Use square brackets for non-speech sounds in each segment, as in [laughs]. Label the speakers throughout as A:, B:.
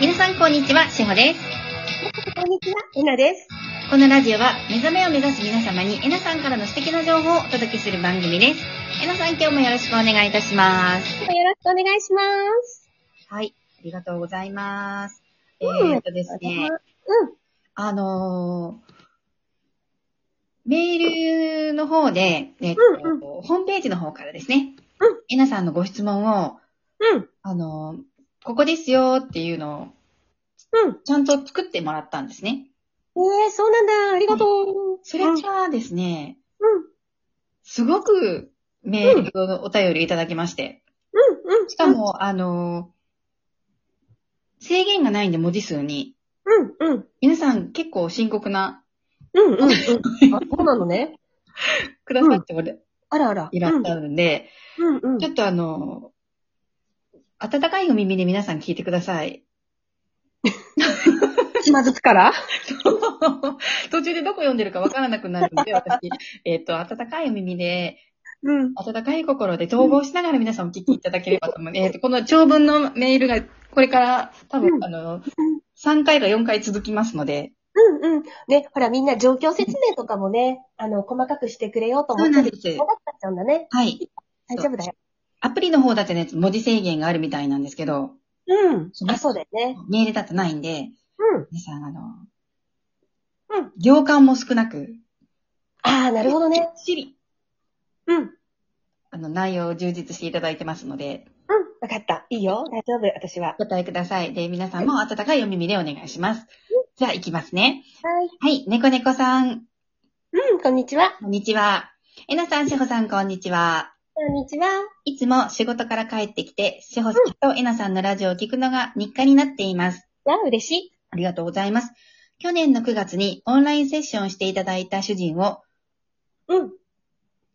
A: 皆さんこんにちは、しほです。
B: こんにちは、えなです。
A: このラジオは目覚めを目指す皆様にえなさんからの素敵な情報をお届けする番組です。えなさん今日もよろしくお願いいたします。
B: よろしくお願いします。
A: はい、ありがとうございます。え
B: うん
A: ーっとですね、
B: うん。
A: あのーメールの方で、えっと
B: うんうん
A: ホームページの方からですね、
B: うん
A: えなさんのご質問を、
B: うん。
A: あのーここですよっていうのを
B: うん。
A: ちゃんと作ってもらったんですね。
B: えー、そうなんだ。ありがとう。
A: それがですね、
B: うん。うん。
A: すごくメールのお便りいただきまして。
B: うん。うん。
A: しか。も、あの、制限がないんで文字数に。
B: うん。うん。
A: 皆さん結構深刻な
B: うん。うん。うん。あ、そうなのね。
A: くださっておら
B: あらあら。
A: いらっしゃるんで、
B: うん。うん。うん
A: ちょっとあの、温かいお耳で皆さん聞いてください。 [laughs]
B: つまずくから
A: 途中でどこ読んでるかわからなくなるんで、私、えっと、温かいお耳で、
B: うん。
A: 温かい心で統合しながら皆さんお聞きいただければと思う。えっと、この長文のメールが、これから多分、
B: うん
A: あの、3回か4回続きますので。
B: うん。うん。ね、ほら、みんな状況説明とかもね、あの、細かくしてくれようと思ってる。
A: す
B: 細かくなっちゃうんだね。
A: はい。
B: 大丈夫だよ。
A: アプリの方だとね、文字制限があるみたいなんですけど、
B: うん
A: そう
B: あ、そうだよね。
A: メールだとないんで、
B: うん。
A: 皆さん、あの、
B: うん
A: 行間も少なく、
B: ああ、なるほど
A: きっ
B: ね。
A: ちり、
B: うん。うん。
A: あの、内容を充実していただいてますので、
B: わかった。いいよ。大丈夫。私は。
A: お答えください。で、皆さんも温かいお耳でお願いします。じゃあ、いきますね。
B: はい。
A: はい、猫猫さん、
B: うん、こんにちは。
A: こんにちは。えなさん、しほさん、こんにちは。
B: こんにちは。
A: いつも仕事から帰ってきて、しほさんとえなさんのラジオを聞くのが日課になっています。
B: わあ、嬉しい。
A: ありがとうございます。去年の9月にオンラインセッションをしていただいた主人を、
B: うん。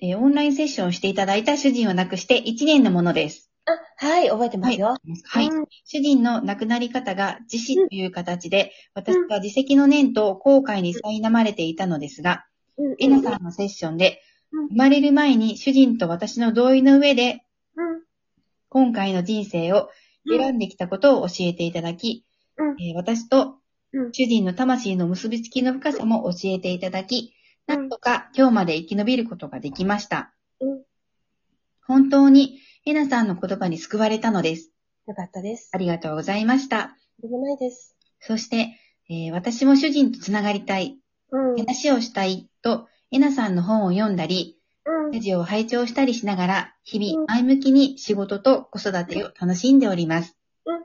A: えーオンラインセッションをしていただいた主人を亡くして1年のものです。
B: あ、はい、覚えてますよ。
A: はい。
B: うん
A: 主人の亡くなり方が自死という形で、私は自責の念と後悔に苛まれていたのですが、
B: うん。
A: エナさんのセッションで
B: うん、
A: 生まれる前に主人と私の同意の上で、
B: うん。
A: 今回の人生を選んできたことを教えていただき、
B: うん
A: えー私と
B: うん
A: 主人の魂の結びつきの深さも教えていただき、
B: う
A: な
B: ん
A: んとか今日まで生き延びることができました。
B: うん
A: 本当に、エナさんの言葉に救われたのです。
B: よかったです。
A: ありがとうございました。
B: でもないです。
A: そして、えー私も主人とつながりたい、
B: うん。うん。
A: 話をしたいと、エナさんの本を読んだり、ラジオを拝聴したりしながら、日々前向きに仕事と子育てを楽しんでおります
B: うん。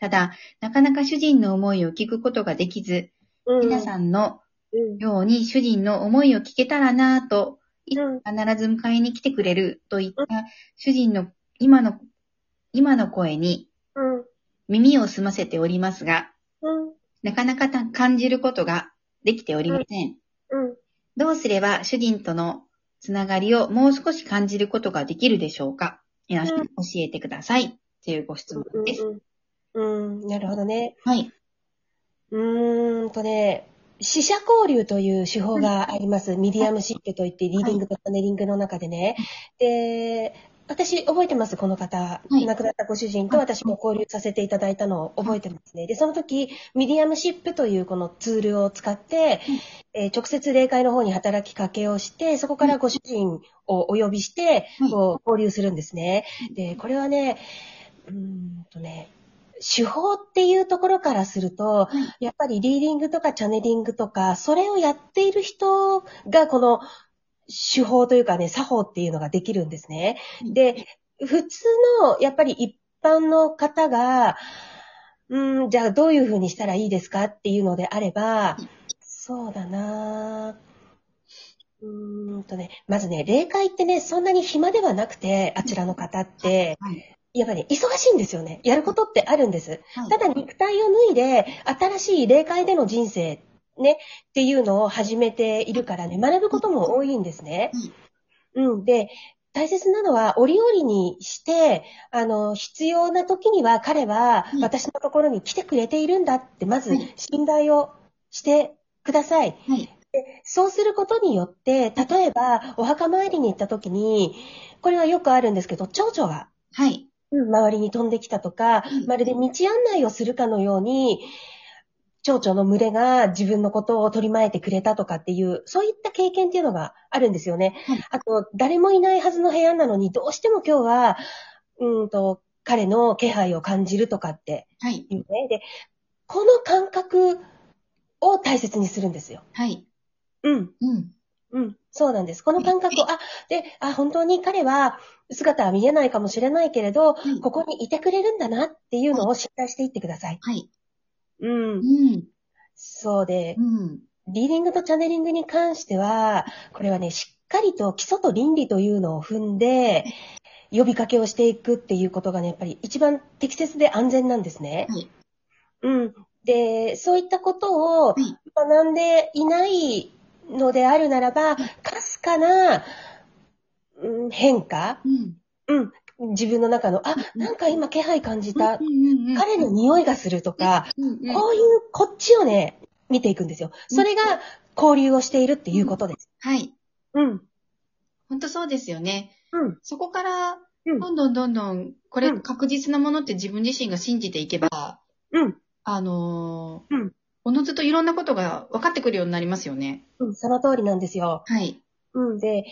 A: ただ、なかなか主人の思いを聞くことができず、
B: うん。
A: 皆さんの
B: うん。
A: ように主人の思いを聞けたらなぁと、
B: うん。
A: 必ず迎えに来てくれるといった主人の今の、今の声に
B: うん。
A: 耳を澄ませておりますが、
B: うん。
A: なかなかた感じることができておりません。
B: うん。
A: どうすれば主人とのつながりをもう少し感じることができるでしょうか皆さん
B: う
A: 教えてください。というご質問です。
B: うん。うん。なるほどね。
A: はい。
B: うーんとね、死者交流という手法があります。ミディアムシップといって、リーディングとパネリングの中でね。で、私覚えてます、この方。
A: はい
B: 亡くなったご主人と私も交流させていただいたのを覚えてますね。で、その時、ミディアムシップというこのツールを使って、えー直接霊界の方に働きかけをして、そこからご主人をお呼びして、
A: はい
B: こう交流するんですね。で、これはね、うーんとね、手法っていうところからすると、やっぱりリーディングとかチャネリングとか、それをやっている人がこの手法というかね、作法っていうのができるんですね。
A: うん
B: で、普通の、やっぱり一般の方が、うん、じゃあどういうふうにしたらいいですかっていうのであれば、そうだなぁうーんとね、まずね、霊界ってね、そんなに暇ではなくて、あちらの方って、
A: はい。
B: やっぱり、ね、忙しいんですよね。やることってあるんです。
A: はい
B: ただ肉体を脱いで、新しい霊界での人生、ね、っていうのを始めているからね、学ぶことも多いんですね。うん。で、大切なのは、折々にして、あの、必要な時には彼は
A: うん
B: 私のところに来てくれているんだって、まず
A: はい
B: 信頼をしてください。
A: はい。
B: そうすることによって、例えば、お墓参りに行った時に、これはよくあるんですけど、蝶々が
A: はい。
B: うん周りに飛んできたとか
A: う、ん
B: まるで道案内をするかのように、蝶々の群れが自分のことを取り巻いてくれたとかっていう、そういった経験っていうのがあるんですよね。
A: はい
B: あと、誰もいないはずの部屋なのに、どうしても今日は、うんと、彼の気配を感じるとかって
A: はい。
B: いうね。で、この感覚を大切にするんですよ。
A: はい。
B: うん。
A: うん。
B: うん、そうなんです。この感覚を、あ、で、あ、本当に彼は姿は見えないかもしれないけれど、
A: はい
B: ここにいてくれるんだなっていうのを信頼していってください。
A: はい。
B: う。
A: うんん。
B: そうで
A: う、ん。
B: リーディングとチャネリングに関しては、これはね、しっかりと基礎と倫理というのを踏んで、呼びかけをしていくっていうことがね、やっぱり一番適切で安全なんですね。
A: はい
B: うん。で、そういったことを
A: い
B: 学んでいないのであるならば、かすかな、うん、変化
A: うん。
B: うん。自分の中の、あ、
A: うん
B: なんか今気配感じた
A: う。んうん。
B: 彼の匂いがするとか、
A: うんうん。
B: こういう、こっちをね、見ていくんですよ。それが交流をしているっていうことです。
A: はい。
B: うん。
A: 本当そうですよね。
B: うん。
A: そこから、
B: うん
A: どんどんどんどん、これ
B: うん
A: 確実なものって自分自身が信じていけば、
B: うん。
A: あのー
B: うん
A: おのずといろんなことが分かってくるようになりますよね。
B: うん。その通りなんですよ。
A: はい。
B: うん。で、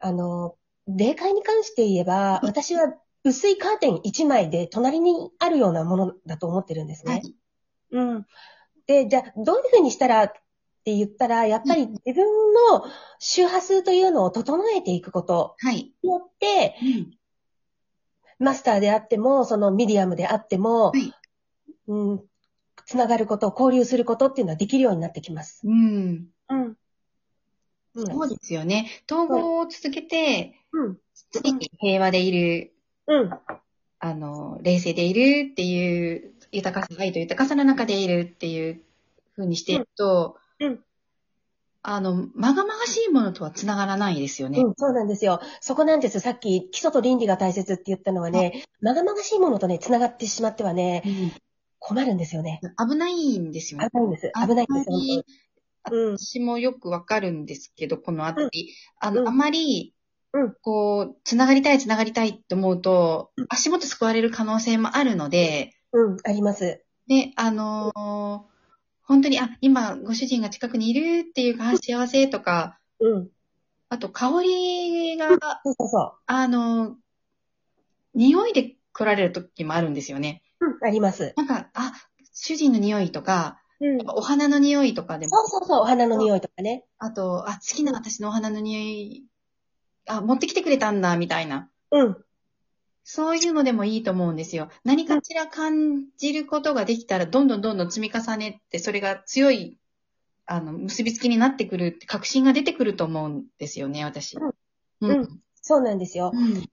B: あの、霊界に関して言えば、
A: うん
B: 私は薄いカーテン1枚で隣にあるようなものだと思ってるんですね。
A: はい。
B: うん。で、じゃあ、どういうふうにしたらって言ったら、やっぱり自分の周波数というのを整えていくこと
A: はい。
B: によって、
A: うん。
B: マスターであっても、そのミディアムであっても、
A: はい
B: うん、つながること、交流することっていうのはできるようになってきます。
A: うん。
B: うん。うん。
A: そうですよね。統合を続けて、
B: うん。
A: 常に平和でいる、
B: うん。
A: あの、冷静でいるっていう、豊かさ、愛と豊かさの中でいるっていう風にしていくと、
B: うんうん
A: あの、まがまがしいものとは繋がらないですよね。
B: うん、そうなんですよ。そこなんです。さっき、基礎と倫理が大切って言ったのはね、まがまがしいものとね、繋がってしまってはね、困るんですよね。
A: 危ないんですよね
B: 危。ないんです。危ないんで
A: あん
B: す
A: まり
B: よ。うん。
A: 私もよくわかるんですけど、このあたり。あ
B: う
A: の、
B: ん
A: あまり
B: うん、
A: こう、つながりたい、つながりたいって思うと、足元救われる可能性もあるので、
B: うん、あります。
A: で、あのー本当に、あ、今、ご主人が近くにいるっていうか、あ幸せとか、
B: うん。
A: あと、香りが、
B: そうそうそ
A: あのー匂いで来られる時もあるんですよね。
B: う。うん、あります。
A: なんか、あ、主人の匂いとか、
B: うん。
A: お花の匂いとかでも
B: そうそうそう、お花の匂いとかね。
A: あと、あ、好きな私のお花の匂い、あ、持ってきてくれたんだ、みたいな。
B: うん。
A: そういうのでもいいと思うんですよ。何かしら感じることができたら、どんどんどんどん積み重ねて、それが強い、あの、結びつきになってくるって、確信が出てくると思うんですよね、私。
B: ん
A: う。
B: うんそうなんですよ。
A: うん。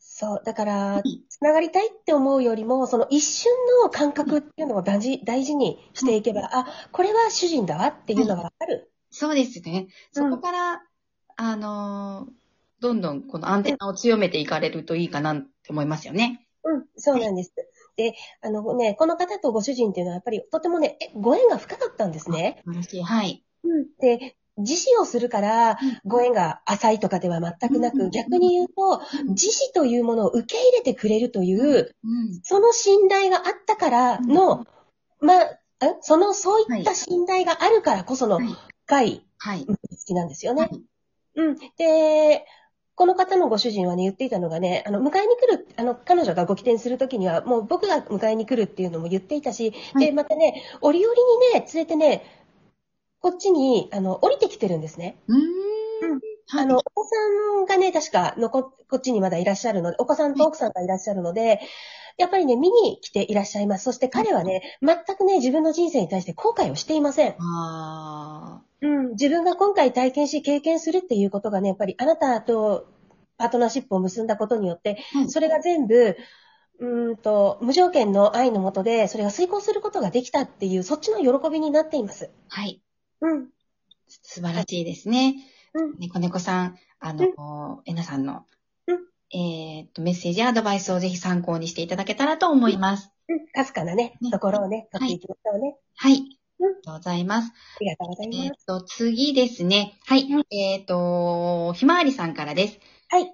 B: そう。だから
A: は、い
B: つながりたいって思うよりも、その一瞬の感覚っていうのを大事、大事にしていけば、あ、これは主人だわっていうのがわかる。
A: そうですね。そこから、あのーどんどんこのアンテナを強めていかれるといいかなって思いますよね。
B: うん、そうなんです。で、あのね、この方とご主人っていうのはやっぱりとてもね、えご縁が深かったんですね。
A: 素晴らしい。はい。
B: うん。で、自死をするから、ご縁が浅いとかでは全く
A: う
B: な
A: ん
B: く、逆に言うと、自死というものを受け入れてくれるという、
A: うん。
B: その信頼があったからの、まあ、えその、そういっ
A: は
B: た信頼があるからこその
A: はい
B: 深い
A: はい。
B: 好きなんですよ
A: は
B: ね。
A: い。
B: うん。で、この方のご主人はね、言っていたのがね、あの、迎えに来る、あの、彼女がご起点するときには、もう僕が迎えに来るっていうのも言っていたし、
A: はい
B: で、またね、折々にね、連れてね、こっちに、あの、降りてきてるんですね。
A: うーん
B: うん。
A: はい
B: あの、お子さんがね、確か、のこ、こっちにまだいらっしゃるので、お子さんと奥さんがいらっしゃるので、やっぱりね、見に来ていらっしゃいます。そして彼はね、全くね、自分の人生に対して後悔をしていません。
A: あ
B: うん、自分が今回体験し、経験するっていうことがね、やっぱりあなたとパートナーシップを結んだことによって、
A: はい
B: それが全部、うーんと、無条件の愛のもとで、それが遂行することができたっていう、そっちの喜びになっています。
A: ーはい。
B: うん。
A: 素晴らしいですね。
B: うん
A: 猫猫さん、あの、えなさんの、
B: うん
A: えーっと、メッセージやアドバイスをぜひ参考にしていただけたらと思います。
B: かすかなね
A: ね、
B: ところをね、
A: はい
B: 取っていきましょうね。
A: はい。あり
B: うん
A: がとうございます。
B: ありがとうござい
A: えー
B: ま
A: っ
B: す。
A: と、次ですね。はい。えーっと、ひまわりさんからです。
B: はい。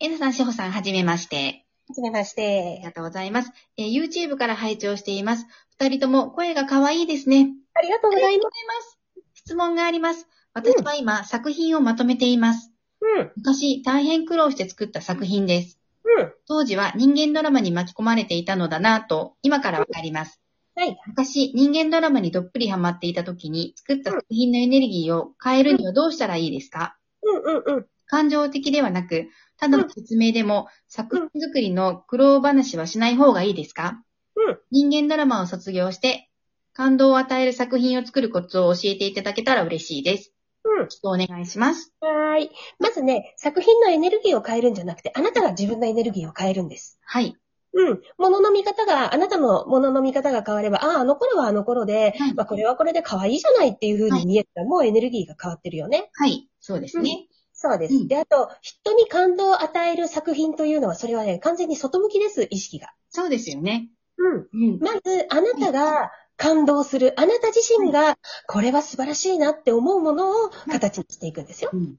A: えなさん、しほさん、はじめまして。
B: はじめまし
A: あり
B: て。
A: がとうございます。えー YouTube から拝聴しています。二人とも声が可愛いですね。
B: ありがとうございます。
A: ます。質問があります。私は今、作品をまとめています。
B: うん、
A: 昔、大変苦労して作った作品です。
B: うん。
A: 当時は人間ドラマに巻き込まれていたのだなぁと、今からわかります。
B: はい。
A: 昔、人間ドラマにどっぷりハマっていた時に、作った作品のエネルギーを変えるにはどうしたらいいですか
B: うん、うん、うん。
A: 感情的ではなく、ただの説明でも、作品作りの苦労話はしない方がいいですか
B: うん
A: 人間ドラマを卒業して、感動を与える作品を作るコツを教えていただけたら嬉しいです。
B: うん。
A: ちょっとお願いします。
B: はーい。まずね、作品のエネルギーを変えるんじゃなくて、あなたが自分のエネルギーを変えるんです。
A: はい。
B: うん。物の見方が、あなたの物の見方が変われば、ああ、あの頃はあの頃で、
A: はい
B: まあこれはこれで可愛いじゃないっていう風に見えたら、もうエネルギーが変わってるよね。
A: はい。そうですね。
B: そうで
A: う
B: す。
A: ん
B: で、あと、人に感動を与える作品というのは、それはね、完全に外向きです、意識が。
A: そうですよね。
B: うん。
A: うん。
B: まず、あなたが感動する、あなた自身が、これは素晴らしいなって思うものを形にしていくんですよ。
A: うん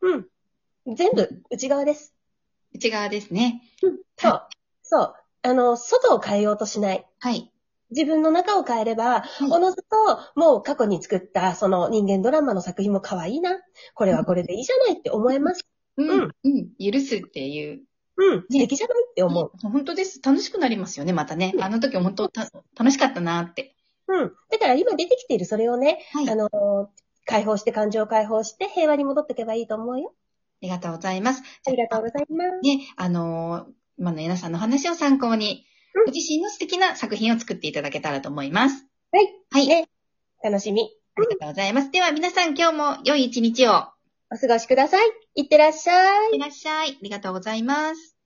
B: うん。全部、内側です。
A: 内側ですね。
B: そう。そう。あの、外を変えようとしない。
A: はい。
B: 自分の中を変えれば、
A: い
B: おのずと、もう過去に作った、その人間ドラマの作品も可愛いな。これはこれでいいじゃないって思えます。
A: う。
B: うん
A: うん。許すっていう。
B: うん。素敵じゃないって思う。
A: 本当です。楽しくなりますよね、またね。あの時本当た楽しかったなーって。
B: うん。だから今出てきているそれをね、
A: はい。
B: あの、解放して、感情を解放して、平和に戻っていけばいいと思うよ。
A: ありがとうございます。
B: ありがとうございます。
A: ね、あのー今の皆さんの話を参考に
B: うん、
A: ご自身の素敵な作品を作っていただけたらと思います。
B: はい。
A: はい。
B: ね楽しみ。
A: ありがとうございます。では皆さん今日も良い一日を。
B: お過ごしください。いってらっしゃい。
A: いってらっしゃい。ありがとうございます。